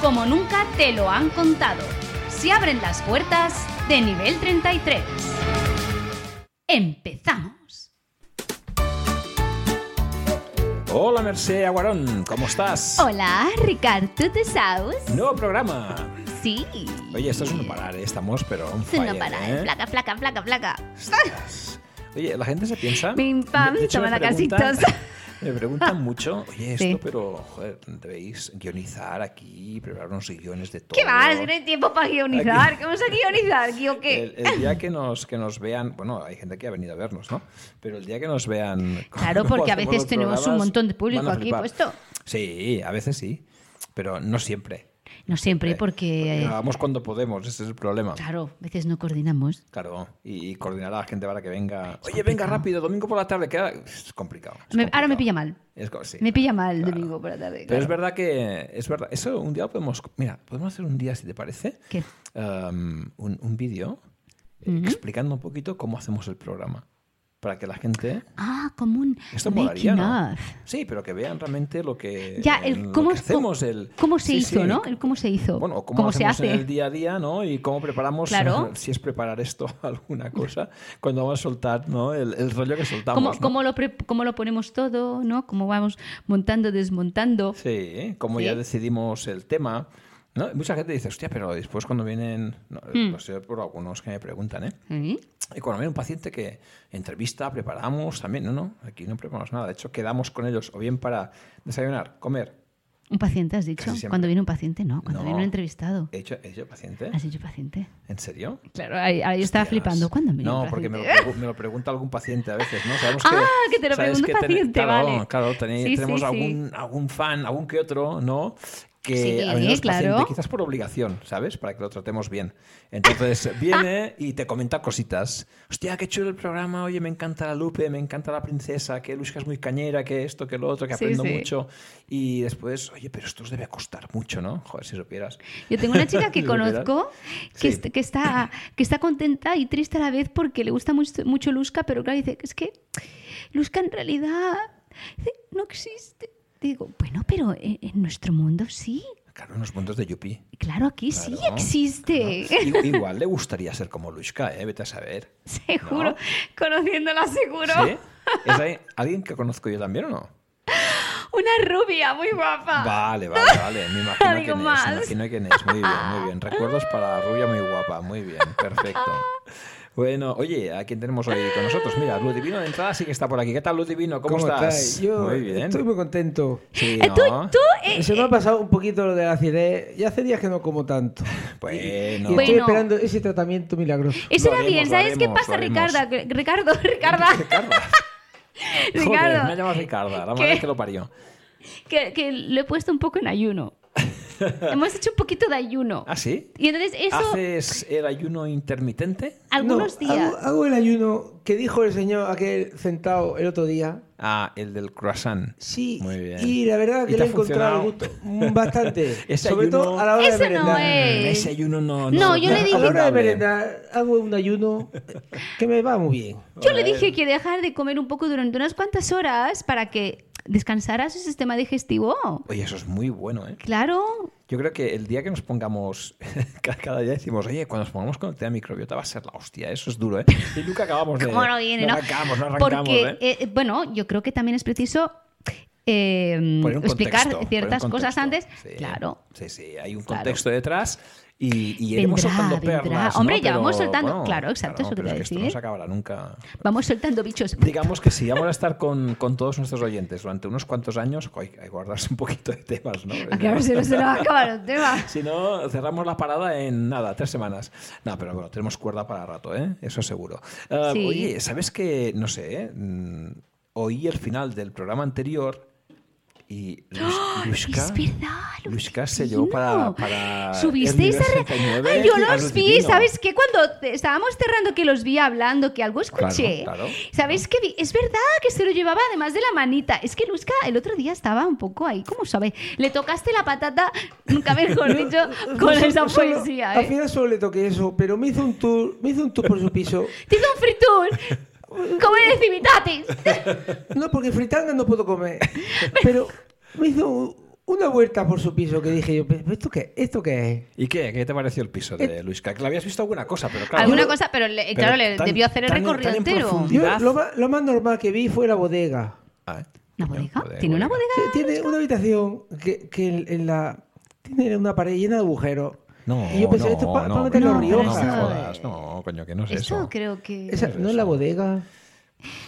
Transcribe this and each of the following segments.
como nunca te lo han contado. Se abren las puertas de nivel 33. Empezamos. Hola Mercé Aguarón, ¿cómo estás? Hola, Ricard Tutu Saus. Nuevo programa. Sí. Oye, esto es un parar, ¿eh? estamos, pero un Es una fire, parada, ¿eh? placa, placa, placa, placa. Oye, la gente se piensa. Pim, pam, de hecho, toma me la preguntan- casita. Me preguntan mucho, oye, esto, Sí. pero, joder, debéis guionizar aquí, preparar unos guiones de todo. ¿Qué vas? Si No hay tiempo para guionizar. ¿Qué vamos a guionizar? ¿Guio qué? El, el día que nos, que nos vean, bueno, hay gente que ha venido a vernos, ¿no? Pero el día que nos vean. Claro, cómo porque a hacemos veces los tenemos un programas, montón de público van a aquí flipar. puesto. Sí, a veces sí, pero no siempre. No siempre, porque. Eh, eh, Grabamos cuando podemos, ese es el problema. Claro, a veces no coordinamos. Claro, y coordinar a la gente para que venga. Oye, venga rápido, domingo por la tarde, que ahora- es complicado. es Me- ahora me complicado. pilla mal. Es co- sí, Me claro, pilla mal el claro. domingo por la tarde. Pero claro. es verdad que es verdad. Eso un día lo podemos. Mira, podemos hacer un día, si te parece, ¿Qué? em, un, un vídeo eh, explicando un poquito cómo hacemos el programa. Para que la gente. Ah, como un. Esto making molaría, ¿no? of. Sí, pero que vean realmente lo que. Ya, lo el, que cómo, hacemos. El, cómo se Sí, hizo, sí, ¿no? El cómo se hizo. bueno, o cómo, cómo se hacemos hace. en el día a día, ¿no? Y cómo preparamos, Claro. si es preparar esto alguna cosa, cuando vamos a soltar, ¿no? El, el rollo que soltamos. Cómo, ¿no? cómo lo pre- cómo lo ponemos todo, ¿no? Cómo vamos montando, desmontando. Sí, ¿eh? como Sí. ya decidimos el tema. ¿no? Mucha gente dice, hostia, pero después cuando vienen, no, Hmm. lo sé por algunos que me preguntan, ¿eh? ¿Eh? Y cuando viene un paciente que entrevista, preparamos también, no, no, aquí no preparamos nada. De hecho, quedamos con ellos o bien para desayunar, comer. Un paciente, has dicho. Casi siempre. Cuando viene un paciente, no. Cuando No. ¿Eh? viene un entrevistado. ¿He hecho, he hecho paciente? Has dicho paciente. ¿En serio? Claro, ahí- ahí yo estaba Hostias. flipando. ¿Cuándo me No, porque me lo, pregu- me lo pregunta algún paciente a veces, ¿no? Sabemos Ah, que te lo sabes pregunta un ten- paciente, claro, vale. Claro, tenéis- Sí, sí, tenemos sí. algún, algún fan, algún que otro, ¿no? Que Sí, a veces es claro. paciente, quizás por obligación, ¿sabes? Para que lo tratemos bien. Entonces viene y te comenta cositas. Hostia, qué chulo el programa, oye, me encanta la Lupe, me encanta la princesa, que Luisca es muy cañera, que esto, que lo otro, que Sí, aprendo sí. mucho. Y después, oye, pero esto os debe costar mucho, ¿no? Joder, si supieras. Yo tengo una chica que Si supieras. conozco que, Sí. est- que está, que está contenta y triste a la vez porque le gusta mucho, mucho Luzca, pero claro, dice, es que Luzca en realidad dice, no existe. Digo, bueno, pero en, en nuestro mundo sí. Claro, unos puntos de Yupi. Claro, aquí sí Claro, existe. claro. I- Igual le gustaría ser como Luisca, ¿eh? Vete a saber. Seguro, No. conociéndola seguro. ¿Sí? ¿Es ahí- alguien que conozco yo también o no? Una rubia muy guapa. Vale, vale, vale. Me imagino Digo quién es. Ah. más. Me imagino quién es. Muy bien, muy bien. Recuerdos para Rubia muy guapa. Muy bien, perfecto. Bueno, oye, ¿a quién tenemos hoy con nosotros? Mira, Luz Divino de entrada sí que está por aquí. ¿Qué tal, Luz Divino? ¿Cómo, estás? Yo muy bien. estoy muy contento. Sí, Eh, tú, ¿no? tú, eh, Se me ha pasado un poquito lo de la acidez. Ya hace días que no como tanto. Bueno. Y estoy Bueno. Eh, esperando ese tratamiento milagroso. eso Lo era bien. haremos, lo ¿Sabes qué haremos, pasa, lo haremos. Ricardo? Ricardo, Ricardo. Ricardo. Joder, Ricardo. me llamas Ricardo, la ¿Qué? madre que lo parió. que, que lo he puesto un poco en ayuno. Hemos hecho un poquito de ayuno. ¿Ah, sí? Y entonces eso, ¿Haces el ayuno intermitente? algunos No, días... Hago, hago el ayuno que dijo el señor aquel sentado el otro día. Ah, el del croissant. Sí, Muy bien. y la verdad ¿Y que te le ha he encontrado el gusto funcionado? mm, bastante. Ese Sobre ayuno- todo a la hora de Ese no merendar. es. Ey. Ese ayuno no. No, yo le A la hora de recomendable. merendar hago un ayuno que me va muy bien. Yo le dije que dejar de comer un poco durante unas cuantas horas para que descansara su sistema digestivo. Oye, eso es muy bueno, ¿eh? Claro. Yo creo que el día que nos pongamos, ca- cada día decimos, oye, cuando nos pongamos con el tema microbiota va a ser la hostia, eso es duro, ¿eh? Y nunca acabamos de... ¿Cómo no viene, no? arrancamos, no arrancamos, Porque, ¿eh? eh, bueno, yo creo que también es preciso eh, Poner un explicar contexto, ciertas poner un cosas contexto. antes. Sí, Claro. Sí, sí, hay un Claro. contexto detrás y, y iremos Vendrá, soltando vendrá. perlas. ¿no? Hombre, ya Pero, vamos soltando- bueno, claro, exacto, eso que pero te es iba a esto no decir. se acabará nunca. Vamos soltando bichos. Digamos que si vamos a estar con, con todos nuestros oyentes durante unos cuantos años, hay que guardarse un poquito de temas, ¿no? Ah, Claro, se nos se nos va a acabar el tema. Si no, cerramos la parada en nada, tres semanas. No, pero bueno, tenemos cuerda para rato, ¿eh? Eso seguro. Ah, Sí. ¿eh? Oye, ¿sabes qué? No sé, ¿eh? Mm, oí el final del programa anterior Y Luz- Luzca, ¡Ah! Es verdad, Luz- Luzca se llevó para, no. para Subisteis el a... re- 69 Ay, yo a los Luz vi, Divino. ¿sabes qué? Cuando te- estábamos cerrando que los vi hablando, que algo escuché. Claro, claro. ¿Sabes qué? vi? Es verdad que se lo llevaba además de la manita. Es que Luzca el otro día estaba un poco ahí, ¿cómo sabe? Le tocaste la patata, nunca mejor dicho, con Solo- esa solo- poesía, Al ¿eh? final solo le toqué eso, pero me hizo un tour, me hizo un tour por su piso. Te hizo un fritur. Como en el civitatis. No, porque fritanga no puedo comer. Pero me hizo u- una vuelta por su piso que dije yo, ¿pero esto qué? ¿Esto qué ¿Y qué? ¿Qué te pareció el piso de Luzca? Que le habías visto alguna cosa, pero claro. Eh, Alguna yo- cosa, pero le- pero claro, le tan- debió hacer el tan- recorrido tan en entero. es? profundidad. Yo, lo, ma- lo más normal que vi fue la bodega. Ah, ¿eh? ¿Una Coño, bodega? joder, ¿Tiene una bodega? Sí, tiene una habitación que, que en, en la tiene una pared llena de agujeros. No, y yo pensé, no, esto es para no, meter los no, pero Rioja. eso- No, jodas, no, coño, que no es Esto pues eso. creo que... Esa- no es la bodega.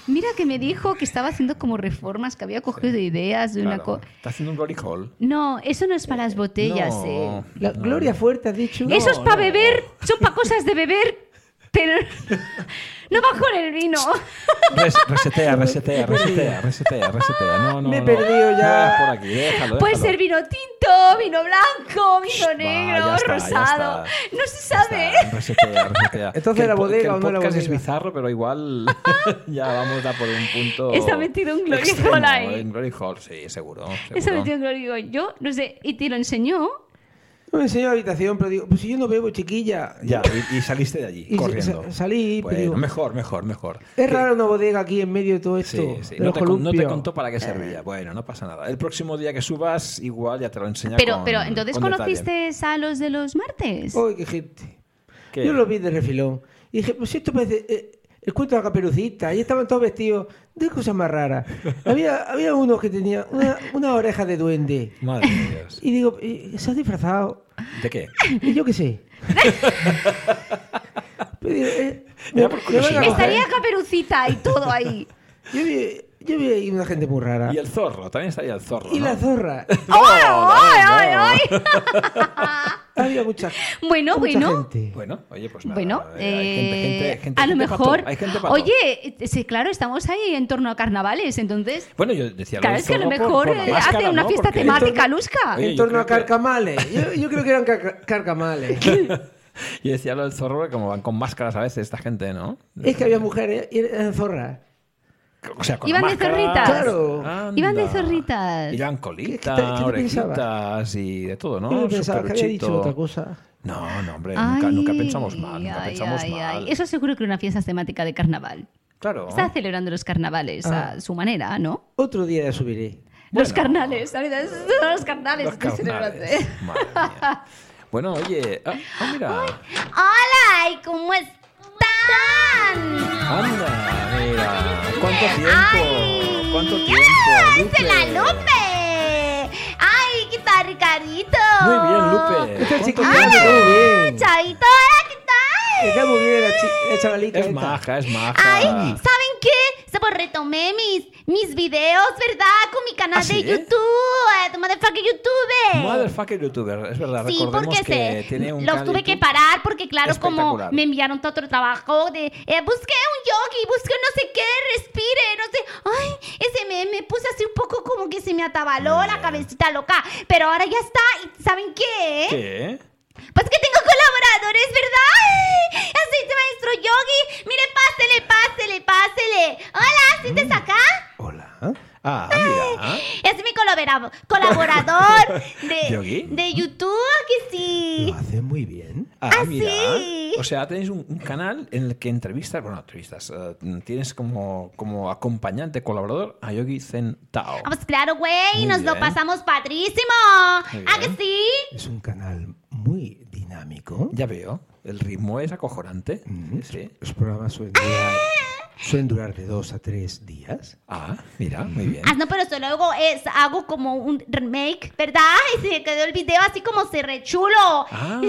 Mira que me dijo que estaba haciendo como reformas, que había cogido ideas de una Claro, cosa. Está haciendo un glory hall. No, eso no es para las botellas, no. eh. La Gloria Fuerte, has dicho. eso es para no. beber, son para cosas de beber, pero no va con el vino. Res- resetea, resetea, resetea, resetea, resetea. No, no, Me he no. perdido No ya. vayas por aquí, déjalo, Puede déjalo. ser vino tinto, vino blanco, vino Va, negro, ya está, ya rosado. está. No se Ya sabe. ¿eh? está, resetea, resetea. Entonces, Que el ¿la po- que bodega o no El la podcast es bodega? bizarro, pero igual ya vamos a por un punto. Está metido un glory extremo, hall ahí. Un glory hall, sí, seguro. seguro. Eso me tengo que digo yo, no sé, y te lo enseñó. No me enseñó la habitación, pero digo, pues si yo no bebo, chiquilla. Ya, y, y saliste de allí, Y corriendo. sa- salí, Bueno, pero digo- mejor, mejor, mejor. Es raro una bodega aquí en medio de todo esto. Eh. Sí, sí. de No, los te, con- no te columpios. contó para qué servía. Bueno, no pasa nada. El próximo día que subas, igual ya te lo enseña Pero, con- pero entonces con detalle. conociste a los de los martes. Ay, qué gente. ¿Qué? Yo lo vi de refilón. Y dije, pues esto parece eh, el cuento de la caperucita. Ahí estaban todos vestidos de cosas más raras. había, había uno que tenía una, una oreja de duende. Madre de Dios. Y digo, eh, se ha disfrazado. ¿De qué? Y yo qué sé. Pero digo, eh, Era por me- curiosidad, me van a coger. Estaría caperucita y todo ahí. Yo vi, yo vi ahí una gente muy rara. Y el zorro, también estaría el zorro. Y ¿no? ¡Oh, la zorra. ¡Ay, ay, no. ay, ay! Había mucha, Bueno, mucha bueno. gente. Bueno, oye, pues nada. Bueno, eh, hay gente, eh, gente- gente- a lo gente pa' todo, mejor. hay gente pa' todo. Oye, sí, claro, estamos ahí en torno a carnavales, entonces. Bueno, yo decía Claro, del es que a lo zorro por- mejor por la eh, máscara, hace una ¿no? fiesta Porque- temática, Entonces- Luzca. Oye, en yo torno a creo que- carcamales. Yo, yo creo que eran carca- carcamales. Yo decía lo del zorro, porque como van con máscaras a veces esta gente, ¿no? es que había mujeres y eran zorras. O sea, con Iban la de máscara, zorritas. Claro. Anda. Iban de zorritas. Y llevan ¿Qué- qué colitas, te orejitas y de todo, yo ¿no? Su pensaba que había dicho peluchito. otra cosa. No, no, hombre, nunca, Ay, nunca pensamos mal. Nunca ay, pensamos ay, mal. ay. Eso seguro que era una fiesta temática de carnaval. Claro. Está celebrando los carnavales a Ah. su manera, ¿no? Otro día ya Eh, subiré. los carnales, ahorita es- los carnales Los estoy carnales. celebrando. Madre mía. Bueno, oye, ah, ah, mira. ¡Hola! ¿Y cómo están? Anda, mira. ¿Cuánto tiempo? ¡Ay! ¿Cuánto tiempo? ¡Ay, Lupe? se la Lupe! ¡Ay, qué tal, Ricardito! Muy bien, Lupe. Esta chica ¿Cuánto está tiempo? muy bien. ¡Chavito, hola, qué tal! Está muy bien la, chi- la chavalita. Es esta. maja, es maja. Ay, ¿saben qué? Se pues retomé mis, mis videos, ¿verdad? Con mi canal ¿Ah, de sí? YouTube, eh, de Motherfucker YouTube. Motherfucker youtuber, es verdad. Sí, recordemos porque que se, tiene un los canal tuve de que YouTube. parar porque claro, como Espectacular. me enviaron todo otro trabajo de eh, busqué un yogi, busqué no sé qué, respire, no sé. Ay, ese me, me puse así un poco como que se me atabaló Muy la bien. cabecita loca. Pero ahora ya está. ¿Y saben qué? ¿Qué? Pues que tengo colaboradores, ¿verdad? ¡Ay! Así te maestro Yogi. Mire, pásele, pásele, pásele. Hola, ¿sí Mm. te acá? Hola. Ah, mira. Es mi colabora- colaborador de, ¿Yogi? de YouTube, ¿a que sí. Lo hace muy bien. Ah, Ah, mira. sí. O sea, tenéis un, un canal en el que entrevistas, bueno, entrevistas, eh, tienes como, como acompañante, colaborador a Yogi Zen Tao. Ah, pues claro, güey, Muy nos lo bien. pasamos padrísimo. Muy ¿A que bien. sí? Es un canal muy dinámico. Ya veo, el ritmo es acojonante. Sí. Los programas suelen durar, suelen durar de dos a tres días. Ah, mira, muy bien. Ah, no, pero eso luego es, hago como un remake, ¿verdad? Y se quedó el video así como se rechulo. Ah,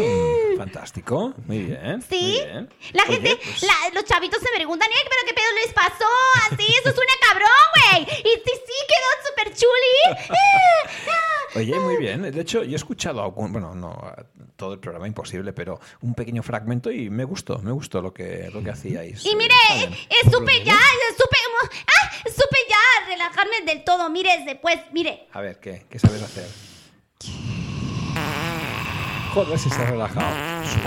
Fantástico. Muy bien. ¿Sí? muy bien. La Oye, gente, pues, la- los chavitos se preguntan, "Ey, pero qué pedo les pasó! Así, eso es una cabrón, güey. Y sí, sí, quedó súper chuli. Eh, ah. Oye, muy bien. De hecho, yo he escuchado algún, bueno, no todo el programa imposible, pero un pequeño fragmento y me gustó, me gustó lo que, lo que hacíais. Y Eh, mire, está bien. eh, supe ya, eh, supe, mo- ah, supe ya relajarme del todo. Mire, después, mire. A ver, ¿qué? ¿Qué sabes hacer? Joder, si está relajado.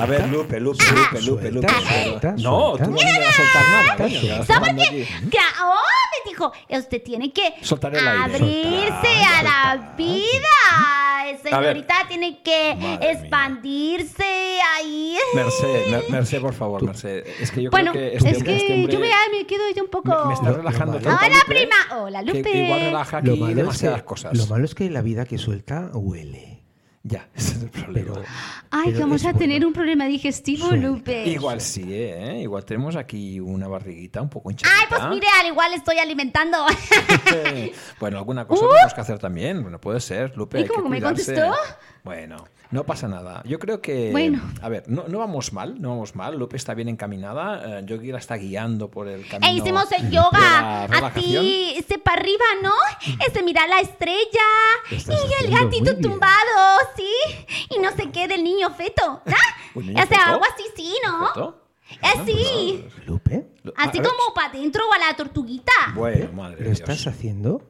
A ver, Lupe, Lupe, Lupe, Lupe, Lupe. Ah, Suelta, No, suelta. tú no me vas a soltar nada. Suelta, venga, suelta. vas ¿Sabe tomando por qué? aquí. Gra- ¡Oh! Me dijo, usted tiene que Soltar el aire. Ah, abrirse Soltar, a la soltar. vida. Eh, A ver. Señorita, tiene que Madre expandirse ahí. Merced, Mer- Merced, por favor, Merced. Es que yo Bueno, creo que es este, que hombre- este hombre yo me, ay, me quedo yo un poco... me, me está Lo- lo relajando malo- tanto, Hola, Lupe, prima. Hola, que Lupe. igual relaja aquí Lo malo, es demasiadas que, cosas. lo malo es que la vida que suelta huele. Ya, ese es el problema. Pero- Ay, que Pero vamos es a tener bueno. un problema digestivo, Suelta. Lupe. Igual sí, ¿eh? Igual tenemos aquí una barriguita un poco hinchada. Ay, pues mire, al igual estoy alimentando. bueno, alguna Uh. cosa tenemos que hacer también. Bueno, puede ser, Lupe. ¿Y hay que cómo me cuidarse. contestó? Bueno, no pasa nada. Yo creo que. Bueno. A ver, no, no vamos mal, no vamos mal. Lupe está bien encaminada. eh, Yogi la está guiando por el camino. e hicimos el de la yoga relajación. así, este para arriba, ¿no? Este mira la estrella Estás y el haciendo muy gatito bien. tumbado, ¿sí? Y no sé qué del niño feto, ¿no? ¿Un niño o sea, feto? algo así, sí, ¿no? ¿Perfecto? Eh, Bueno, sí. pues, Lupe, lo- a Así ver, como para adentro o a la tortuguita. Bueno, madre ¿Eh? lo de estás Dios. haciendo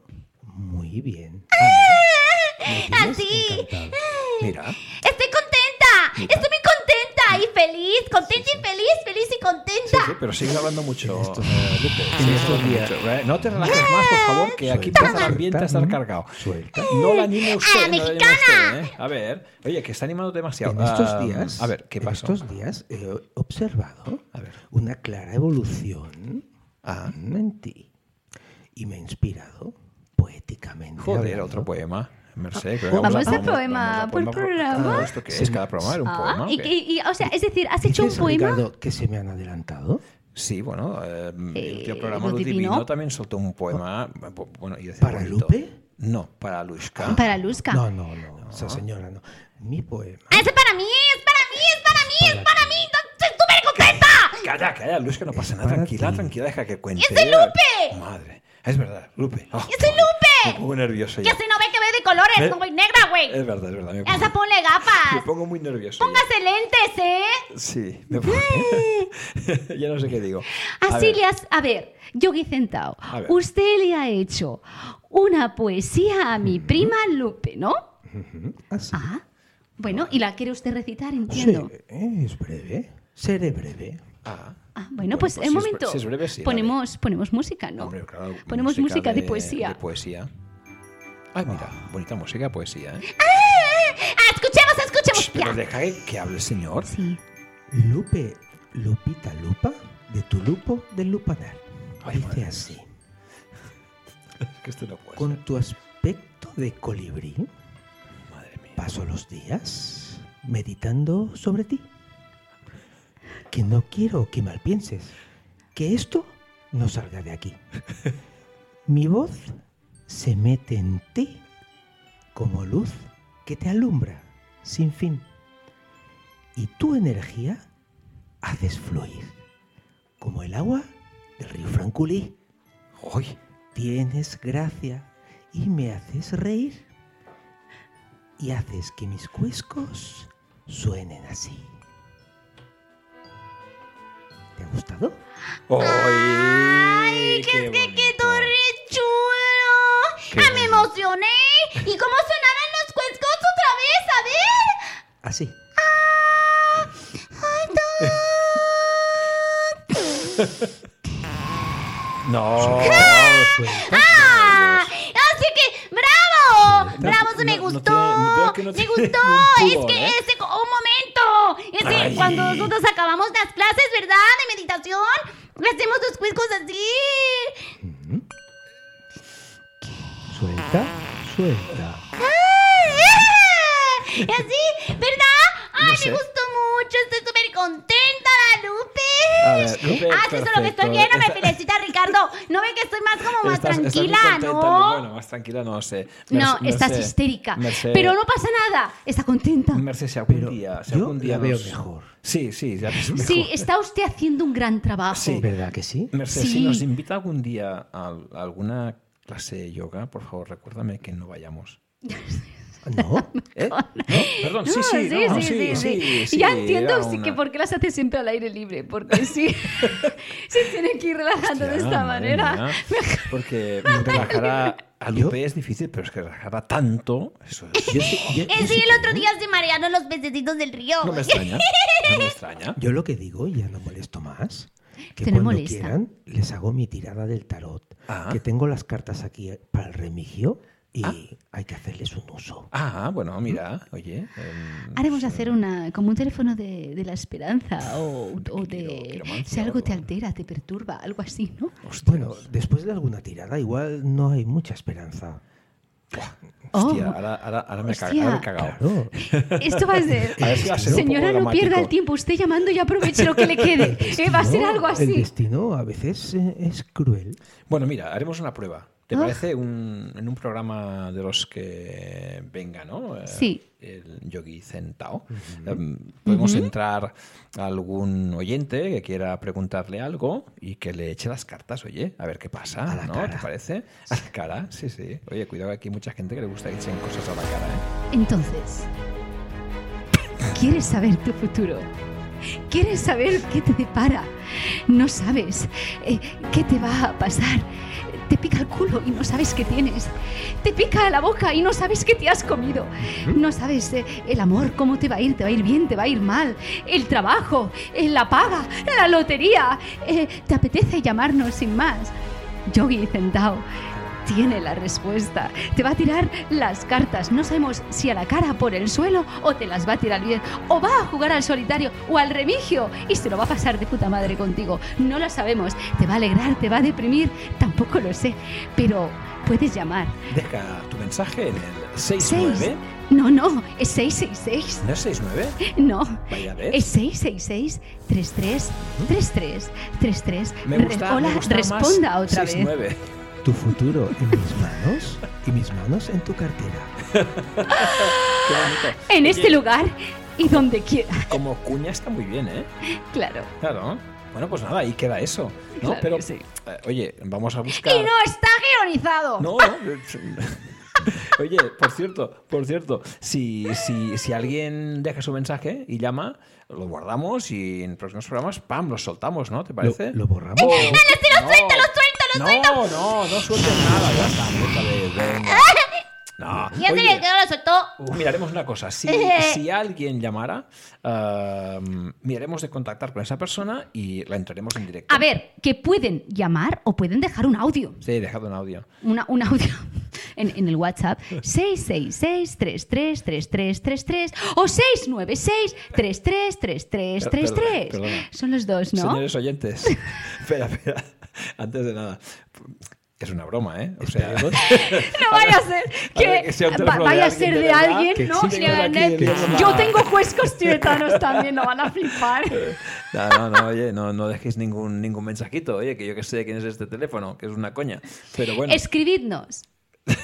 muy bien. ¡Ah! Me tienes Así. encantado. Mira. Estoy contenta. Estoy muy contenta y feliz. Contenta y feliz, feliz y Sí, sí, contenta. pero sigues hablando mucho. estos- eh, Lupe, sigues en estos hablando días. mucho, ¿eh? No te relajes más, por favor, que aquí empieza el Suelta, ambiente a estar ¿no? cargado. Suelta. Ah, No la anime usted. ¡A la no anime mexicana! usted, ¿eh? A ver, oye, que está animando demasiado. En estos Ah, días, a ver, ¿qué pasó? En estos días he observado A ver. Ah. una clara evolución en ti y me ha inspirado poéticamente. Joder, hablando. otro poema. Merced, creo que Vamos a hacer hacer poema por Ah, programa. ¿Esto qué es? ¿Cada programa era un Ah, poema? o y, qué? y- y, o sea, es decir, ¿has hecho un ¿Dices, poema? Ricardo, que se me han adelantado? Sí, bueno, eh, el tío Eh, programa ¿lo Luz adivinó? Divino también soltó un poema. bu- Bueno, y decía ¿Para bonito. Lupe? No, para Luisca. Ah, Para Luzca. No, no, no, esa señora no. Mi poema. Ah, ese es para mí, es para mí, es para mí, Para es para mí. Estoy súper contenta. Calla, calla, Luisca, no pasa nada. para Tranquila, ti. tranquila, deja que cuente. ¡Ese Lupe! Madre, es verdad, Lupe. Oh, ¡Ese joder, Lupe! Me pongo nervioso Ya ya. se no ve que ve de colores, ¿Eh? pues. no voy negra, güey. Es verdad, es verdad. Me Elsa, pongo, ponle me gafas. pongo muy nervioso. ya. Póngase lentes, ¿eh? Sí, me pongo... ya no sé qué digo. A Así ver, le has... A ver, Yogi Centao, A ver. usted le ha hecho una poesía a mi prima Lupe, ¿no? Así. Ah, bueno, y la quiere usted recitar, Sí, entiendo. eh, es breve. Seré breve. Ah, Ah, bueno, pues pues si un es bre- momento. si es breve, sí, ponemos, ponemos música, ¿no? hombre, claro. ponemos música de, poesía. De poesía. Ay, mira, bonita música, poesía, ¿eh? Ah, escuchemos, escuchemos. Shh, pero Ya. deja que, que hable el señor. Sí. Lupe, Lupita Lupa, de tu lupo del lupanar. Ay, madre Dice mía. así. Es que esto no puede Con tu aspecto de colibrí, ser, madre mía. paso los días meditando sobre ti. Que no quiero que mal pienses, que esto no salga de aquí. Mi voz se mete en ti como luz que te alumbra sin fin. Y tu energía haces fluir como el agua del río Franculí. Uy, Tienes gracia y me haces reír. Y haces que mis cuescos suenen así. ¿Te ha gustado? ¡Ay! ¡Qué, qué, qué bonito. torre chulo! Qué ah, me bonito. emocioné. ¿Y cómo sonaban los cuescos otra vez? A ver. Así. No. Ah, así que, bravo. No, bravo, no, se me no gustó. tiene- veo que no me tiene gustó. ningún es pudor, que ¿eh? ese, un momento. Es que Ay. cuando nosotros acabamos las clases, ¿verdad? De meditación, hacemos los cuescos así. Suelta, suelta. ¡Ah! Y así, ¿verdad? ¡Ay, No me sé. gustó mucho! Estoy súper contenta, la Lupe. A ver, Lupe, ah, eso es lo que perfecto. estoy viendo, me Esta- felicita Ricardo. No ve que estoy más como más Estás- estás muy tranquila, contenta, Lu- ¿no? Bueno, más tranquila no sé. no, Merce- Merce- estás histérica. Merce- Pero no pasa nada. Está contenta. Merce, si algún Pero día, si yo algún día la veo nos- mejor. Sí, sí, ya ves mejor. Sí, está usted haciendo un gran trabajo. Sí. Mm. ¿Verdad que sí? Merce, Sí. si nos invita algún día a a alguna clase de yoga, por favor, recuérdame que no vayamos. No. ¿Eh? ¿No? Perdón, sí, No, sí, no, sí, Ah, sí, sí, sí, Ya era entiendo sí, una- que por qué las hace siempre al aire libre, porque sí, sí tiene que ir relajando de Ya, esta madre manera. mía. Porque relajar a, a Lupe es difícil, pero es que relajar a tanto, eso es- Yo, sí- yo- yo Es sí ¿eh? el otro creo- día se marearon los pececitos del río. no me extraña. No me extraña. Yo lo que digo, ya no molesto más, que Te no cuando molesta. quieran les hago mi tirada del tarot, Ah. que tengo las cartas aquí eh, para el remigio y hay que hacerles un uso. Ah, bueno, mira, oye. em, Haremos hacer una, como un teléfono de, de la esperanza o, o de... quiromancia Si o algo te algo. altera, te perturba, algo así, ¿no? hostia, Bueno, después de alguna tirada igual no hay mucha esperanza. hostia, Oh. ahora, ahora, ahora me he caga- Hostia. ahora me he cagado. Claro. Esto va a ser... A ver si va a ser un Señora, poco no pierda el dramático. tiempo, usted llamando y aproveche lo que le quede. Eh, va a ser No, algo El así. destino a veces eh, es cruel. Bueno, mira, haremos una prueba. ¿Te Ah. parece un- en un programa de los que venga, no? Eh, Sí. El Yogi Centao. Em, podemos entrar a algún oyente que quiera preguntarle algo y que le eche las cartas, oye, a ver qué pasa, A la ¿no? cara. ¿Te parece? A la cara, sí, sí. Oye, cuidado que aquí hay mucha gente que le gusta que echen cosas a la cara, ¿eh? Entonces, ¿quieres saber tu futuro? ¿Quieres saber qué te depara? No sabes eh, qué te va a pasar. Te pica el culo y no sabes qué tienes. Te pica la boca y no sabes qué te has comido. No sabes eh, el amor, cómo te va a ir, te va a ir bien, te va a ir mal. El trabajo, eh, la paga, la lotería. Eh, ¿Te apetece llamarnos sin más? Yogi Centao tiene la respuesta. Te va a tirar las cartas. No sabemos si a la cara por el suelo o te las va a tirar bien. O va a jugar al solitario o al remigio y se lo va a pasar de puta madre contigo. No lo sabemos. Te va a alegrar, te va a deprimir. Tampoco lo sé. Pero puedes llamar. Deja tu mensaje en el Seis. 69. No, no. Es 666. ¿No es 69? No. Vaya vez. Es 666-33-33-33. Me Re- gusta, Hola, me gusta más responda otra vez. 69. Tu futuro en mis manos y mis manos en tu cartera. Qué bonito. En Oye, este lugar y donde quiera. Como cuña está muy bien, ¿eh? Claro. Claro. Bueno, pues nada, ahí queda eso. ¿no? Claro Pero, que sí. eh, oye, vamos a buscar. Y no está guionizado. No, no, eh, Oye, por cierto, por cierto, si, si, si alguien deja su mensaje y llama, lo guardamos y en próximos programas, ¡pam!, lo soltamos, ¿no? ¿Te parece? lo borramos? ¡No, ¡Eh, eh, lo suelto, lo suelto, lo suelto! No, no, no sueltes nada, ya está, déjale, venga. No, Ya se le oye, quedó, este lo soltó. Miraremos una cosa. Si, si alguien llamara, ehm, miraremos de contactar con esa persona y la entraremos en directo. A ver, que pueden llamar o pueden dejar un audio. Sí, dejad un audio. Una, un audio en, en el WhatsApp. 666-333333 o 696-333333. Perdona, perdona. Son los dos, ¿no? Señores oyentes, espera, espera, antes de nada, es una broma, ¿eh? O sea, No vaya a ser que, A ver, que sea un va- teléfono de vaya a alguien ser de de verdad, alguien, que ¿no? existe Le van aquí a- en la- Yo tengo cuescos tibetanos también, lo van a flipar. no, no, no, oye, no, no dejéis ningún, ningún mensajito, oye, que yo que sé quién es este teléfono, que es una coña. Pero bueno, escribidnos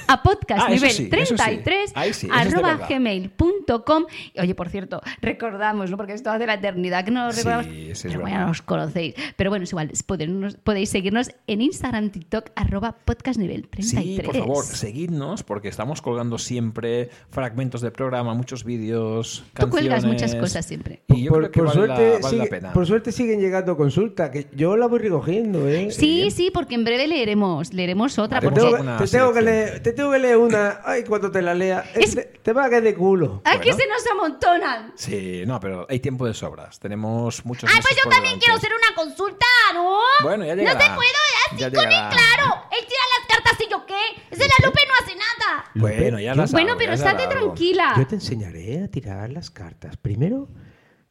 a podcast Ah, eso nivel sí, eso sí. 33 Ahí sí, eso es de arroba verdad. gmail.com Y, oye por cierto recordamos ¿no? porque esto hace la eternidad que no lo Sí, recordamos sí, es pero verdad. bueno os conocéis pero bueno es igual podéis, podéis seguirnos en Instagram TikTok arroba podcast nivel 33 sí, por favor, seguidnos, porque estamos colgando siempre fragmentos del programa, muchos vídeos, Tú canciones. cuelgas muchas cosas siempre. Y yo por, creo que por vale, suerte, la, vale la sigue- pena. por suerte siguen llegando consultas, que yo la voy recogiendo, ¿eh? sí sí porque en breve leeremos leeremos otra Te Haremos porque tengo, alguna te tengo que selección. leer, te tengo que leer una. Ay, cuando te la lea. eh, Es- Te, te va a caer de culo. ¡ay que Bueno. se nos amontonan! Sí, no, pero hay tiempo de sobras. Tenemos muchos. ¡Ay, meses pues yo por también delante. quiero hacer una consulta, ¿no! Bueno, ya ¡No te llegará. puedo así Ya con él, llegará. claro! ¡Él tira las cartas y yo qué! ¡Ese la Lupe no hace nada! Bueno, ya Yo- las Bueno, hago, pero ya las estate hago. tranquila. Yo te enseñaré a tirar las cartas. Primero,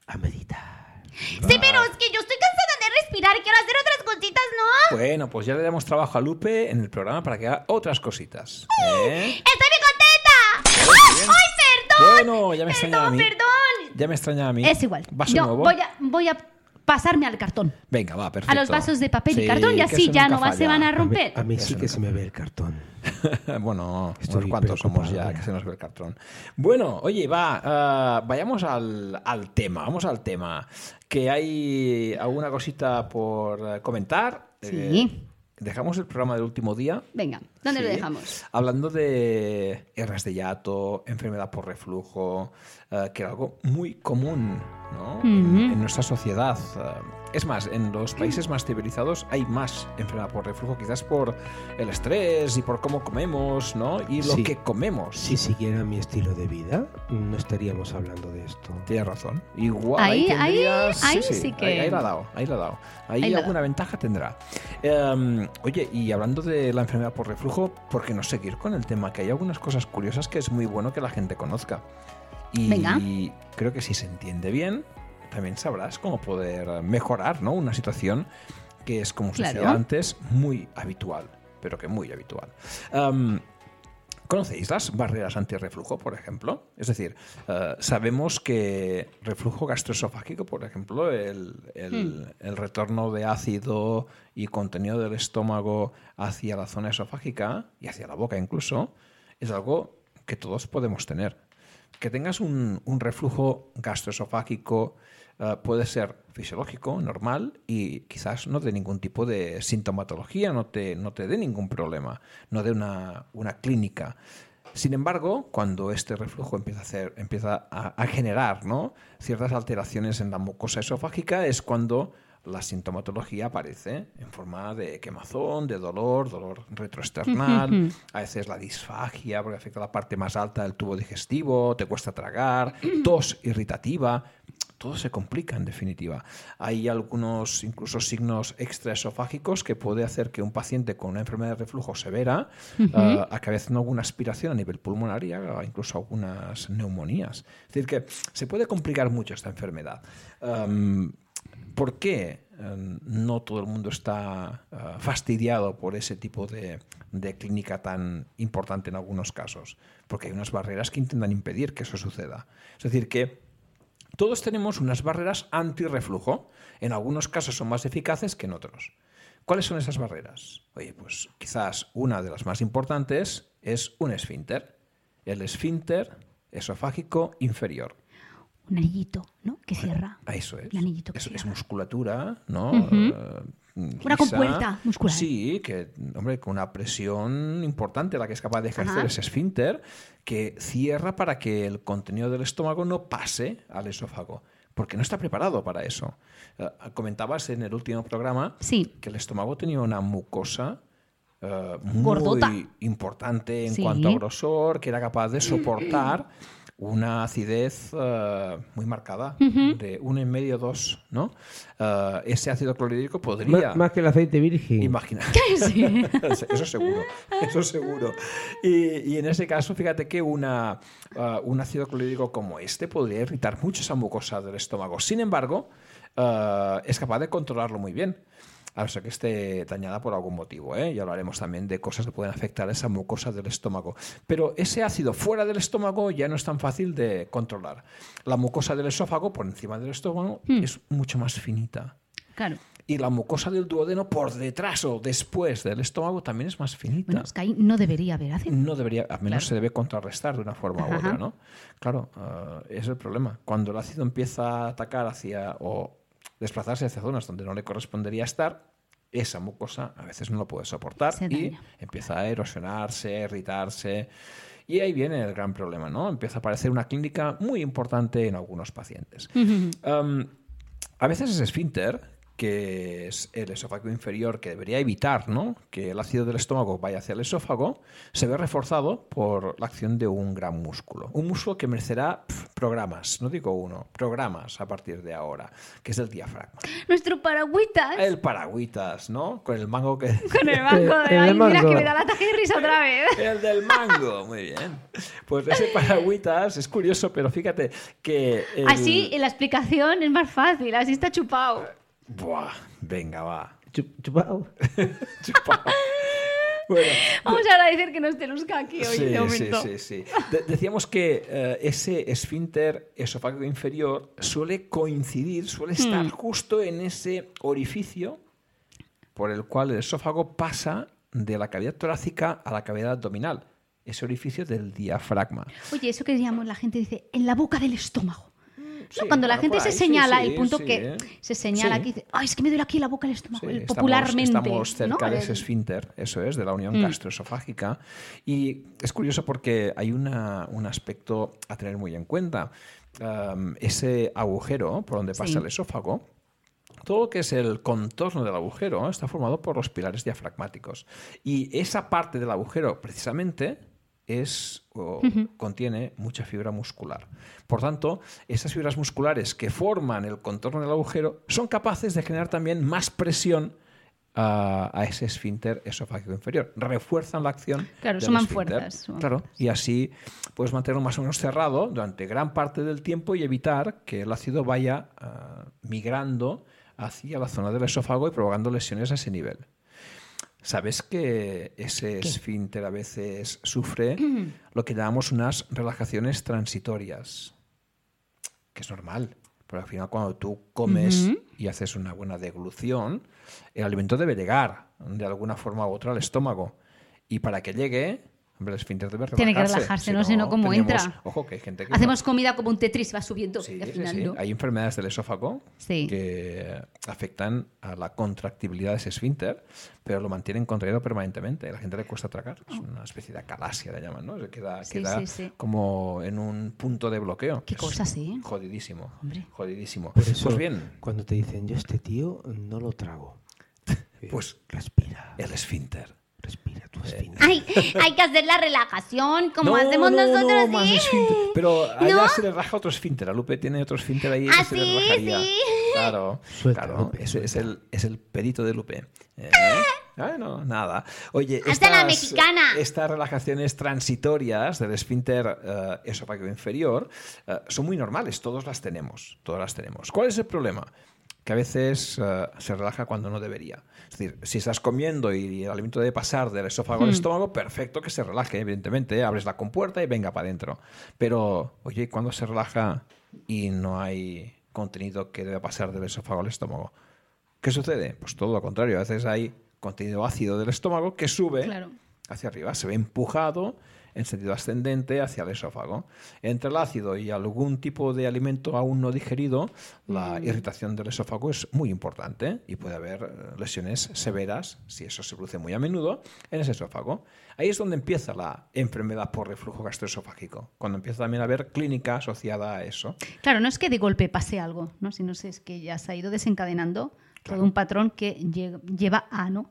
a meditar. Ah. Sí, pero es que yo estoy cansada de respirar y quiero hacer otras cositas, ¿no? Bueno, pues ya le damos trabajo a Lupe en el programa para que haga otras cositas. ¿eh? ¡Estoy muy contenta! ¡Ah! ¡Ay, perdón! Bueno, ya me extraña a Perdón, mí. perdón. Ya me extraña a mí. Es igual. Vaso Yo nuevo. voy a, voy a pasarme al cartón. Venga, va, perfecto. A los vasos de papel y Sí, cartón y que así eso ya nunca no va- se falla. van a A mí, romper. a mí Eso sí que no. se me ve el cartón. bueno, Estoy unos cuantos preocupado ¿eh? somos ya ahora. que se nos ve el cartón. Bueno, oye, va, ah, vayamos al, al tema, vamos al tema. Que hay alguna cosita por eh, comentar. Sí. Eh, dejamos el programa del último día. Venga, ¿dónde lo Sí. dejamos? Hablando de hernias de hiato, enfermedad por reflujo, eh, que era algo muy común ¿no? en, en nuestra sociedad. Eh, es más, en los países más civilizados hay más enfermedad por reflujo, quizás por el estrés y por cómo comemos, ¿no? Y lo Sí. que comemos. Si siguiera mi estilo de vida, no estaríamos hablando de esto. Tienes razón. Igual Ahí- ahí, tendrías- ahí- ahí sí que- Ahí, ahí la ha dado, ahí la ha dado. Ahí, Ahí la ha alguna ventaja tendrá. Em, oye, y hablando de la enfermedad por reflujo, ¿por qué no seguir con el tema? Que hay algunas cosas curiosas que es muy bueno que la gente conozca. Y Venga. creo que si se entiende bien, también sabrás cómo poder mejorar ¿no? una situación que es, como se Claro. decía antes, muy habitual, pero que muy habitual. Em, ¿Conocéis las barreras antirreflujo, por ejemplo? Es decir, eh, sabemos que reflujo gastroesofágico, por ejemplo, el, el- el retorno de ácido y contenido del estómago hacia la zona esofágica y hacia la boca incluso, es algo que todos podemos tener. Que tengas un, un reflujo gastroesofágico eh, puede ser fisiológico, normal, y quizás no de ningún tipo de sintomatología, no te, no te dé ningún problema, no de una, una clínica. Sin embargo, cuando este reflujo empieza a, hacer, empieza a, a generar ¿no? ciertas alteraciones en la mucosa esofágica, es cuando la sintomatología aparece en forma de quemazón, de dolor, dolor retroesternal, a veces la disfagia, porque afecta la parte más alta del tubo digestivo, te cuesta tragar, tos irritativa, todo se complica en definitiva. Hay algunos incluso signos extraesofágicos que puede hacer que un paciente con una enfermedad de reflujo severa ah, acabe haciendo alguna aspiración a nivel pulmonar y haga incluso algunas neumonías. Es decir, que se puede complicar mucho esta enfermedad. Em, Am, ¿Por qué eh, no todo el mundo está eh, fastidiado por ese tipo de, de clínica tan importante en algunos casos? Porque hay unas barreras que intentan impedir que eso suceda. Es decir, que todos tenemos unas barreras antirreflujo. En algunos casos son más eficaces que en otros. ¿Cuáles son esas barreras? Oye, pues quizás una de las más importantes es un esfínter. El esfínter esofágico inferior. Un anillito, ¿no? Que cierra. Ah, Eso es. El anillito que Eso se es llama. musculatura, ¿no? Eh, Una lisa. compuerta muscular. Sí, que, hombre, con una presión importante la que es capaz de ejercer Ajá. ese esfínter, que cierra para que el contenido del estómago no pase al esófago, porque no está preparado para eso. Eh, comentabas en el último programa Sí. que el estómago tenía una mucosa eh, Gordota. muy importante en Sí. cuanto a grosor, que era capaz de soportar una acidez eh, muy marcada, de un en medio dos, ¿no? Eh, ese ácido clorhídrico podría Má- más que el aceite virgen. imaginar. Eso seguro, eso seguro. Y, y en ese caso, fíjate que una, ah, un ácido clorhídrico como este podría irritar mucho esa mucosa del estómago. Sin embargo, ah, es capaz de controlarlo muy bien. A no ser que esté dañada por algún motivo, ¿eh? y hablaremos también de cosas que pueden afectar esa mucosa del estómago. Pero ese ácido fuera del estómago ya no es tan fácil de controlar. La mucosa del esófago, por encima del estómago, es mucho más finita. Claro. Y la mucosa del duodeno por detrás o después del estómago también es más finita. Bueno, es que ahí no debería haber ácido. No debería, al menos se debe contrarrestar de una forma u otra, ¿no? Claro, ah, es el problema. Cuando el ácido empieza a atacar hacia o desplazarse hacia zonas donde no le correspondería estar, esa mucosa a veces no lo puede soportar Se y daña. empieza a erosionarse, a irritarse. Y ahí viene el gran problema, ¿no? Empieza a aparecer una clínica muy importante en algunos pacientes. Um, a veces ese esfínter, que es el esófago inferior, que debería evitar ¿no? que el ácido del estómago vaya hacia el esófago, se ve reforzado por la acción de un gran músculo. Un músculo que merecerá pf, programas, no digo uno, programas a partir de ahora, que es el diafragma. Nuestro paragüitas. El paragüitas, ¿no? Con el mango que... Con el banco de. El Ay, mira mango. que me da la taja de risa otra vez. El del mango, muy bien. Pues ese paragüitas es curioso, pero fíjate que... el- Así la explicación es más fácil, así está chupado. Buah, venga, va. Chup- chupao. Chupao. Bueno, Vamos a agradecer que no esté Luzca aquí hoy sí, de sí, momento. sí, sí. De- decíamos que eh, ese esfínter esofágico inferior suele coincidir, suele Hmm. estar justo en ese orificio por el cual el esófago pasa de la cavidad torácica a la cavidad abdominal, ese orificio del diafragma. Oye, eso que llamamos la gente dice en la boca del estómago. No, Sí, cuando la bueno, gente por se ahí, sí, señala, sí, el punto sí, que ¿eh? se señala Sí. que dice, ay, es que me duele aquí la boca del estómago, Sí, el estamos- popularmente. Estamos, cerca ¿no? Mm. de El- ese esfínter, eso es, de la unión gastroesofágica. Y es curioso porque hay una- un aspecto a tener muy en cuenta. Um, ese agujero por donde pasa Sí. el esófago, todo lo que es el contorno del agujero está formado por los pilares diafragmáticos. Y esa parte del agujero, precisamente, es o contiene mucha fibra muscular. Por tanto, esas fibras musculares que forman el contorno del agujero son capaces de generar también más presión a, a ese esfínter esofágico inferior. Refuerzan la acción. Claro, del suman esfínter. fuerzas, suman Claro, y así puedes mantenerlo más o menos cerrado durante gran parte del tiempo y evitar que el ácido vaya ah, migrando hacia la zona del esófago y provocando lesiones a ese nivel. ¿Sabes que ese esfínter a veces sufre lo que llamamos unas relajaciones transitorias? Que es normal, porque al final cuando tú comes y haces una buena deglución, el alimento debe llegar de alguna forma u otra al estómago. Y para que llegue, hombre, el esfínter debe relajarse. Tiene que relajarse, no sé, no cómo entra. Ojo, que hay gente que... Hacemos comida como un tetris, va subiendo Sí, y al sí, final sí. no. Hay enfermedades del esófago Sí. que afectan a la contractibilidad de ese esfínter, pero lo mantienen contraído permanentemente. A la gente le cuesta tragar. Es una especie de acalasia, le llaman, ¿no? Se queda, Oh. Sí, queda sí, sí. como en un punto de bloqueo. Qué Es cosas, ¿eh? Jodidísimo. Hombre. Jodidísimo. Por eso, Pues bien, cuando te dicen, yo este tío no lo trago. Eh, Pues- respira, el esfínter. respira tu esfínter. Ay, hay que hacer la relajación como No, hacemos no, no, nosotros. más ¿sí? esfínter. Pero a ella ¿No? se le raja otro esfínter. A Lupe tiene otro esfínter ahí. Ah, que se le sí, rajaría. sí. Claro. Suelta, claro, Lupe, ese es, suelta. el, es el perito de Lupe. Eh, ah, no, nada. Oye, Hazte la estas- mexicana. Estas relajaciones transitorias del esfínter eh, esofágico inferior eh, son muy normales. Todos las tenemos. Todas las tenemos. ¿Cuál es el problema? Que a veces eh, se relaja cuando no debería. Es decir, si estás comiendo y el alimento debe pasar del esófago Hmm. al estómago, perfecto que se relaje, evidentemente. Abres la compuerta y venga para adentro. Pero, oye, cuando se relaja y no hay contenido que debe pasar del esófago al estómago? ¿Qué sucede? Pues todo lo contrario. A veces hay contenido ácido del estómago que sube Claro. hacia arriba, se ve empujado en sentido ascendente hacia el esófago. Entre el ácido y algún tipo de alimento aún no digerido, la irritación del esófago es muy importante y puede haber eh, lesiones severas, si eso se produce muy a menudo, en ese esófago. Ahí es donde empieza la enfermedad por reflujo gastroesofágico, cuando empieza también a haber clínica asociada a eso. Claro, no es que de golpe pase algo, ¿no? sino es que ya se ha ido desencadenando todo un patrón que lle- lleva a, ¿no?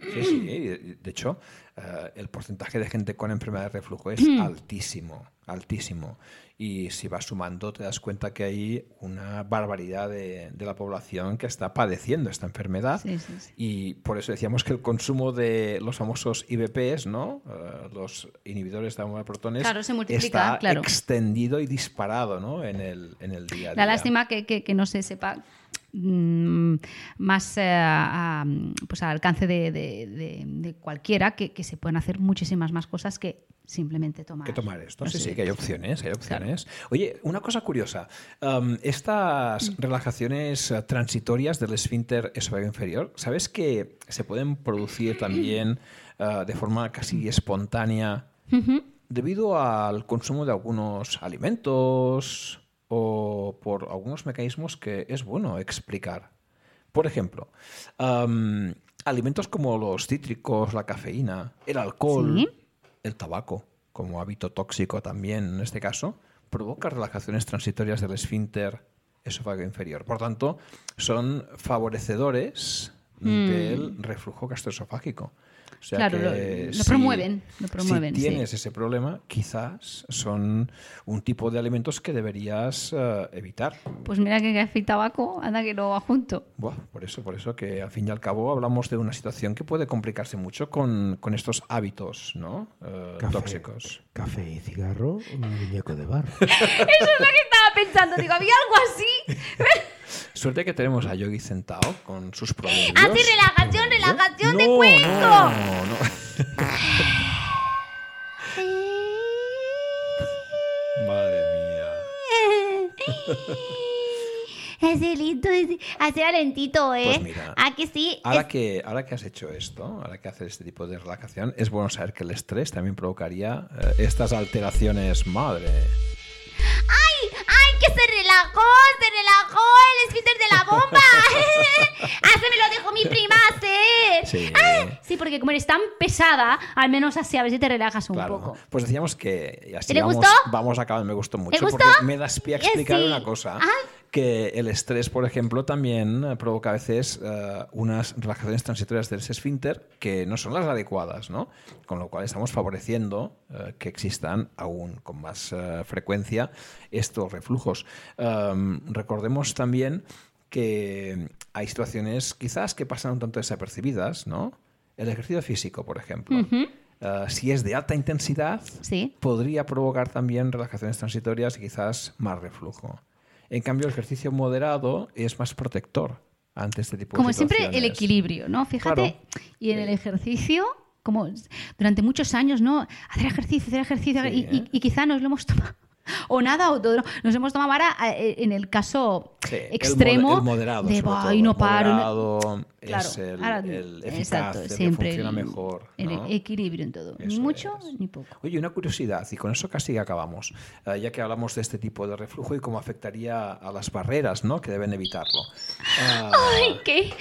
Sí, sí, y de- y de hecho, eh, el porcentaje de gente con enfermedad de reflujo es Mm. altísimo, altísimo. Y si vas sumando, te das cuenta que hay una barbaridad de, de la población que está padeciendo esta enfermedad. Sí, sí, sí. Y por eso decíamos que el consumo de los famosos IBPs, ¿no? Eh, los inhibidores de amor a protones, Claro, se multiplica, está claro. extendido y disparado ¿no? en, el, en el día a día. La lástima que, que- que no se sepa mm, más eh, a- pues al alcance de, de- de- de cualquiera que, que se pueden hacer muchísimas más cosas que simplemente tomar. que tomar esto. los Sí, sí, IVs. que hay opciones, hay opciones. Oye, una cosa curiosa. Am, Mm. estas relajaciones eh, transitorias del esfínter esofágico inferior, ¿sabes que se pueden producir también Mm. eh, de forma casi espontánea debido al consumo de algunos alimentos o por algunos mecanismos que es bueno explicar? Por ejemplo, am, alimentos como los cítricos, la cafeína, el alcohol, Sí. el tabaco, como hábito tóxico también en este caso, provoca relajaciones transitorias del esfínter esófago inferior. Por tanto, son favorecedores del reflujo gastroesofágico. O sea Hmm. Claro, que lo- lo promueven, lo promueven, Si sí. tienes ese problema, quizás son un tipo de alimentos que deberías eh, evitar. Pues mira que café y tabaco, anda que lo junto. Buah, por eso, por eso que al fin y al cabo hablamos de una situación que puede complicarse mucho con, con estos hábitos ¿no? Eh, Café, tóxicos. Café y cigarro, un muñeco de barro. Eso es lo que estaba pensando, digo, había algo así. Suerte que tenemos a Yogi sentado con sus problemas. Hace relajación, relajación de cuenco. ¿Eh? No, no. Eh. Madre mía. Ese lindo, ese- así era lentito, ¿eh? Pues mira. Ah, que sí. Ahora Es- que, ahora que has hecho esto, ahora que haces este tipo de relajación, es bueno saber que el estrés también provocaría eh, estas alteraciones. Madre. ¡Ay! ¡Ay! ¡Que se relajó! ¡Se relajó el esfínter de la bomba! ¡Ah, se me lo dejó mi prima hacer! Sí. Ah, Sí, porque como eres tan pesada, al menos así a ver si te relajas un Claro. poco. Pues decíamos que y así ¿Le vamos, gustó? vamos a acabar. Me gustó mucho gustó? porque me das pie a Eh, explicar sí. una cosa. Ah. Que el estrés, por ejemplo, también eh, provoca a veces eh, unas relajaciones transitorias del esfínter que no son las adecuadas, ¿no? Con lo cual estamos favoreciendo eh, que existan aún con más eh, frecuencia estos reflujos. Um, recordemos también que hay situaciones quizás que pasan un tanto desapercibidas, ¿no? El ejercicio físico, por ejemplo. Eh, si es de alta intensidad, Sí. podría provocar también relajaciones transitorias y quizás más reflujo. En cambio, el ejercicio moderado es más protector ante este tipo Como de situaciones. siempre, el equilibrio, ¿no? Fíjate, y en el ejercicio, como durante muchos años, ¿no? Hacer ejercicio, hacer ejercicio, Sí, y, y- ¿eh? y quizá nos lo hemos tomado. O nada, o todo. Nos hemos tomado ahora eh, en el caso Sí, el extremo mode- el moderado, de, sobre "Ay, todo. no paro. El no-". moderado Claro, es el, ahora- el eficaz, exacto, el que siempre funciona el- mejor. El ¿no? equilibrio en todo. ni Eso mucho es. ni poco. Oye, una curiosidad, y con eso casi acabamos, eh, ya que hablamos de este tipo de reflujo y cómo afectaría a las barreras, ¿no? Que deben evitarlo. Ah, Ay, ¿qué?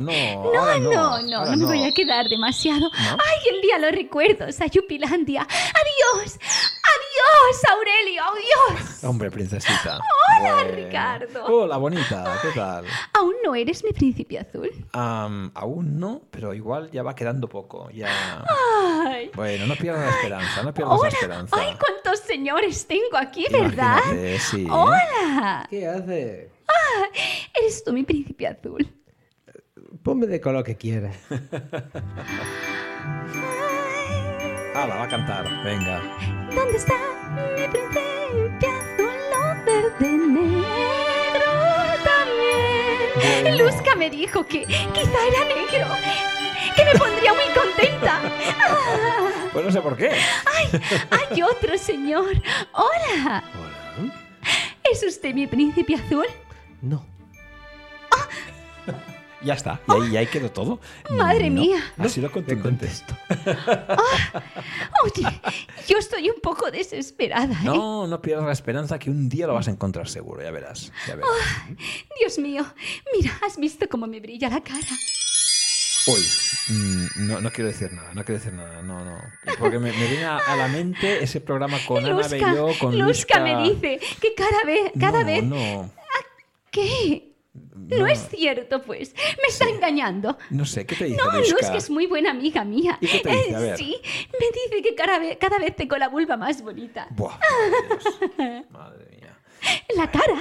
no, no, No, ahora no, no, no, ahora me voy a quedar demasiado. Ay, el día los recuerdos a Yupilandia. Adiós, adiós, Aurelio, adiós. Hombre, princesita. Hola, Ricardo. Hola, bonita. ¿Qué tal? Aún no eres mi príncipe azul. Am, aún no, pero igual ya va quedando poco. Ya. Ay, Bueno, no pierdas la esperanza, no pierdas la hola. esperanza. Ay, cuántos señores tengo aquí, ¿verdad? Imagínate, sí. Hola, ¿Qué hace? eres tú mi príncipe azul. Ponme de color que quieras. Ala, va a cantar. Venga. ¿Dónde está mi príncipe azul? Lo verde negro también. Luzca me dijo que quizá era negro, que me pondría muy contenta. Ah, Pues no sé por qué. hay otro señor. Hola, Hola. ¿es usted mi príncipe azul? No. Ya está. Y ahí, y ahí quedó todo. Madre No, mía. Ha sido Te contundente. Ah, contesto. Oye, yo estoy un poco desesperada. ¿eh? No, no pierdas la esperanza que un día lo vas a encontrar seguro, ya verás. Ya verás. Dios mío, mira, has visto cómo me brilla la cara. Uy, mm, no, no quiero decir nada, no quiero decir nada, no, no. Porque me, me viene a, a la mente ese programa con Ana Luzca, Bello, con Luzca Luzca. me dice que cada vez, cada No, vez No, ¿Qué? No, es cierto, pues. Me está engañando. no sé, ¿qué te dice No, Luzca? Luz, que es muy buena amiga mía. ¿Y qué te dice? A Eh, ver. Sí, me dice que cada vez, cada vez tengo la vulva más bonita. Buah, madre, Dios, madre mía. La cara,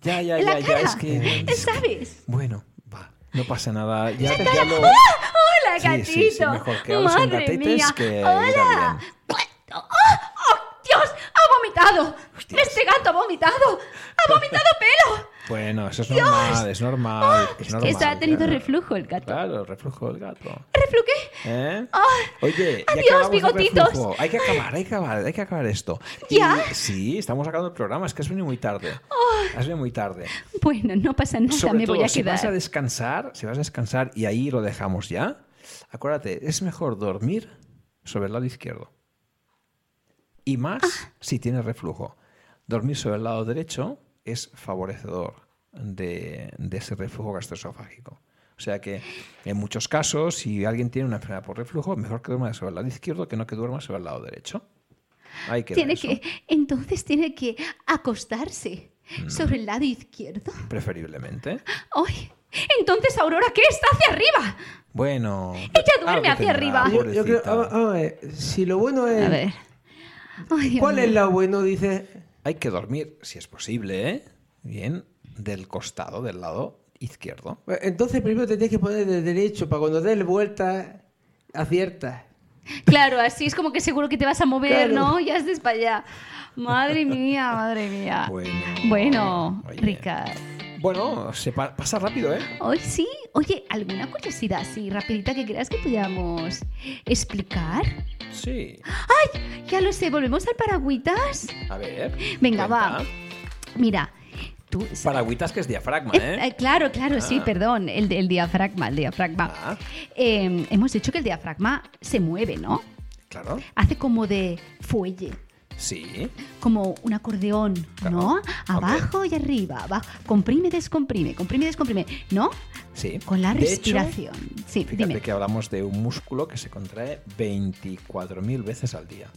Ya, ya, la ya, ya, cara. es que... ¿Sabes? Bueno, va, no pasa nada. Ya, ya lo... Hola, Sí, ¡oh, gatito. sí, sí, mejor que hables con Madre gatites mía. que ir a Hola. ¡Oh, oh, Dios! ¡Ha vomitado! ¡Este gato ha vomitado! ¡Ha vomitado pelo! Bueno, eso es normal, es normal, es normal. Eso ¡Oh! ha tenido Pues ya. reflujo el gato. Claro, el reflujo del gato. ¿Refluqué? ¿Eh? Ah, Oye, ya adiós, acabamos el bigotitos. reflujo. Hay que acabar, hay que acabar, hay que acabar esto. ¿Ya? Y- sí, estamos acabando el programa, es que has venido muy tarde. Has venido muy tarde. Bueno, no pasa nada, Sobre me todo, voy a si quedar. vas a descansar, si vas a descansar y ahí lo dejamos ya, acuérdate, es mejor dormir sobre el lado izquierdo. Y más Ah. si tienes reflujo. Dormir sobre el lado derecho es favorecedor de, de ese reflujo gastroesofágico. O sea que en muchos casos, si alguien tiene una enfermedad por reflujo, mejor que duerma sobre el lado izquierdo que no que duerma sobre el lado derecho. Ahí queda Tiene eso. que, entonces tiene que acostarse Mm. sobre el lado izquierdo. Preferiblemente. ¡Ay! Entonces, Aurora, ¿qué está hacia arriba? Bueno. Ella duerme algo hacia tendrá, arriba. Yo, yo creo, pobrecita. ah, ah, eh, si lo bueno Eh. es... A ver. Ay, Dios ¿Cuál mío. es lo bueno? Dice... Hay que dormir, si es posible, ¿eh? bien, del costado, del lado izquierdo. Bueno, Entonces primero te tienes que poner de derecho para cuando des vueltas, aciertas. Claro, así es como que seguro que te vas a mover, Claro. ¿no? Ya estés para allá. Madre mía, madre Ah, mía. Bueno. Bueno, Oye. Ricard. Bueno, se pa- pasa rápido, ¿eh? Hoy sí, Oye, ¿alguna curiosidad así rapidita que creas que pudiéramos explicar? Sí. Ya lo sé, volvemos al paragüitas. A ver. Venga, cuenta. va. Mira, tú... Paragüitas que es diafragma, Eh, ¿eh? claro, claro, sí, Ah. perdón, el, el diafragma, el diafragma. Ah, Eh, hemos dicho que el diafragma se mueve, ¿no? claro. Hace como de fuelle, Sí. como un acordeón, ¿no? Claro, Abajo y arriba, abajo. Comprime, descomprime, comprime, descomprime, ¿no? Sí. Con la De hecho, respiración. sí, Fíjate dime. que hablamos de un músculo que se contrae 24.000 veces al día.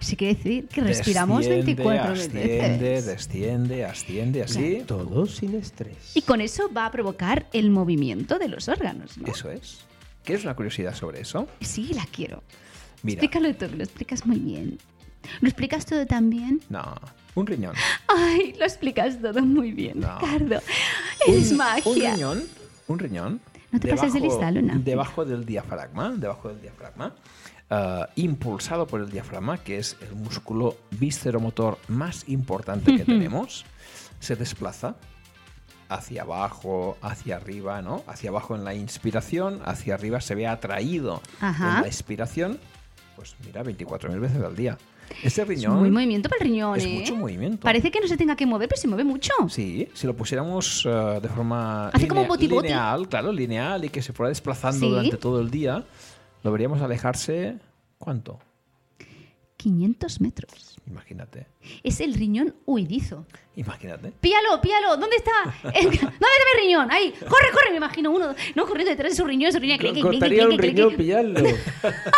Sí quiere decir que Ah, respiramos Desciende, 24 Asciende, veces. desciende, asciende, así. Todo sin estrés. Y con eso va a provocar el movimiento de los órganos, ¿no? Eso es. ¿Quieres una curiosidad sobre eso? Sí, la quiero. Mira. Explícalo tú, que lo explicas muy bien. ¿Lo explicas todo tan bien? No, un riñón. Ay, lo explicas todo muy bien, No. Ricardo. Eres un, Un magia. riñón, un riñón. No te pases de lista, Luna. Debajo del diafragma, debajo del diafragma, ah, impulsado por el diafragma, que es el músculo visceromotor más importante que tenemos, se desplaza hacia abajo, hacia arriba, ¿no? Hacia abajo en la inspiración, hacia arriba se ve atraído Ajá. en la expiración. Pues mira, 24.000 veces al día. Ese Es riñón muy movimiento para el riñón, es ¿eh? mucho movimiento. Parece que no se tenga que mover, pero se mueve mucho. Sí, si lo pusiéramos eh, de forma Hace como linea- boti-boti. lineal, claro, lineal y que se fuera desplazando Sí. durante todo el día, lo veríamos alejarse. ¿Cuánto? 500 metros. Imagínate. Es el riñón huidizo. Imagínate. Píalo, píalo, ¿dónde está? Eh, ¿Dónde está mi riñón? Ahí, corre, corre, me imagino uno, no corriendo detrás de su riñón, su riñón. clic, clic, clic, Cortaría un clic, clic, riñón clic. pillarlo.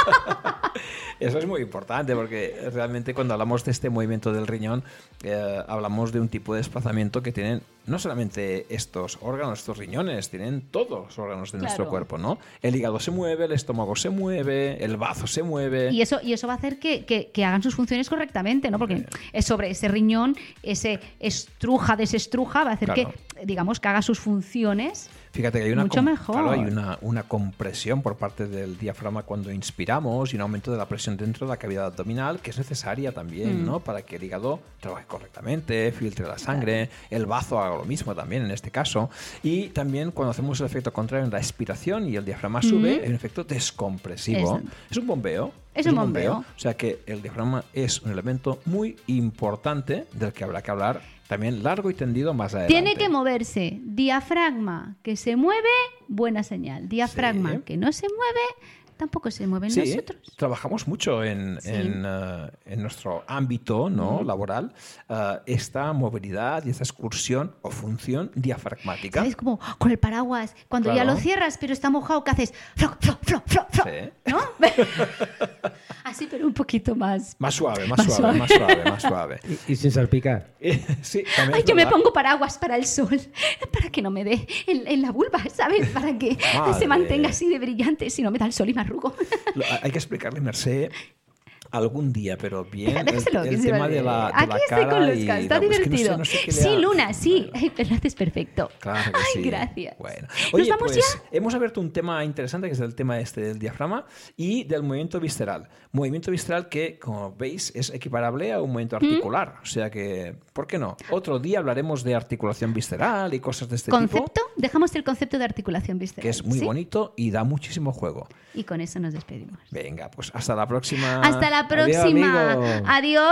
Eso es muy importante porque realmente cuando hablamos de este movimiento del riñón, eh, hablamos de un tipo de desplazamiento que tienen no solamente estos órganos, estos riñones, tienen todos los órganos de nuestro Claro. cuerpo, ¿no? El hígado se mueve, el estómago se mueve, el bazo se mueve. Y eso, y eso va a hacer que, que- que hagan sus funciones correctamente, ¿no? Porque es sobre ese riñón, ese estruja, desestruja, va a hacer Claro. que, digamos, que haga sus funciones. Fíjate que hay una, Mucho com- mejor. claro, hay una, una compresión por parte del diafragma cuando inspiramos y un aumento de la presión dentro de la cavidad abdominal que es necesaria Mm. también, ¿no? Para que el hígado trabaje correctamente, filtre la sangre, el bazo haga lo mismo también en este caso. Y también cuando hacemos el efecto contrario en la expiración y el diafragma sube, hay un efecto descompresivo. Exacto. Es un bombeo. Mm. Es un bombeo. O sea que el diafragma es un elemento muy importante del que habrá que hablar también largo y tendido más adelante. Tiene que moverse. Diafragma que se mueve, buena señal. Diafragma Sí. que no se mueve, tampoco se mueven Sí, nosotros. trabajamos mucho en, Sí. en, eh, en nuestro ámbito ¿no? laboral eh, esta movilidad y esta excursión o función diafragmática. Es como con el paraguas, cuando ya Claro. lo cierras, pero está mojado, ¿qué haces? Floc, floc, floc, floc, floc, Sí. ¿No? Así, pero un poquito más. Más suave, más, Más suave, suave. más suave, más suave. Eh, Y, y sin salpicar. sí, también Ay, es yo me verdad. pongo paraguas para el sol, para que no me dé en, en la vulva, ¿sabes? Para que Madre. se mantenga así de brillante, si no me da el sol y me arrugo. Lo- Hay que explicarle, Merced, algún día, pero bien, el, Déjalo, el que se tema vale. de la, de la Aquí estoy cara con los y cans, está la- es que no sé- divertido. no sé qué le sí, ha- Luna, sí. Ay, pero lo haces perfecto. Claro que Ay, sí. gracias. Bueno. ¿Nos Oye, vamos pues ya? hemos abierto un tema interesante que es el tema este del diafragma y del movimiento visceral. Movimiento visceral que, como veis, es equiparable a un movimiento articular. O sea que, ¿por qué no? Otro día hablaremos de articulación visceral y cosas de este concepto, tipo, dejamos el concepto de articulación visceral. que es muy ¿sí? bonito y da muchísimo juego. Y con eso nos despedimos. Venga, pues hasta la próxima. Hasta la próxima. amigo. Adiós.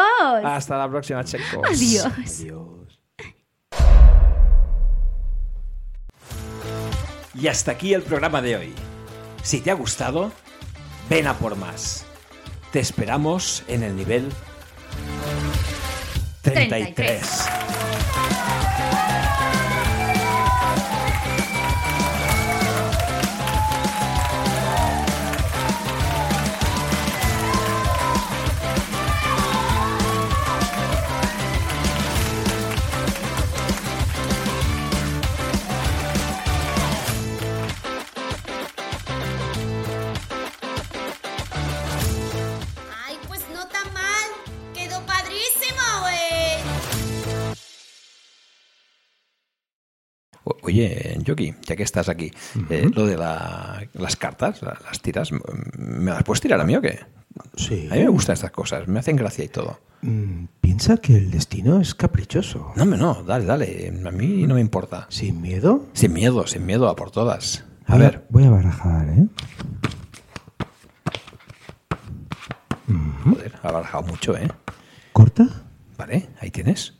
Hasta la próxima, chicos. Adiós. Adiós. Y hasta aquí el programa de hoy. Si te ha gustado, ven a por más. Te esperamos en el nivel 33. 33. Ay, pues no tan mal. Quedó padrísimo, güey. O- Oye, Yogi, ya que estás aquí, eh, lo de la- las cartas, la- las tiras, m- ¿me las puedes tirar a mí o qué? Sí. A mí me gustan estas cosas, me hacen gracia y todo. Mm, piensa que el destino es caprichoso. No, hombre, no, dale, dale, a mí no me importa. Sin miedo, Sin miedo, sin miedo, a por todas. A ver. Voy a barajar, ¿eh? Joder, ha barajado mucho, ¿eh? ¿Corta? Vale, ahí tienes.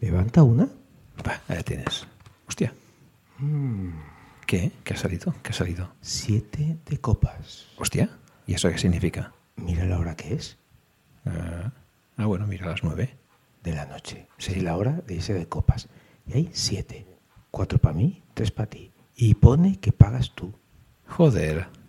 ¿Levanta una? Va, ahí tienes. Hostia. ¿Qué? ¿Qué ha salido? ¿Qué ha salido? Siete de copas. Hostia. ¿Y eso qué significa? Mira la hora que es Ah, ah, bueno, mira, a las nueve. de la noche. Sí, la hora de irse de copas. Y hay siete. Cuatro para mí, tres para ti. Y pone que pagas tú. Joder.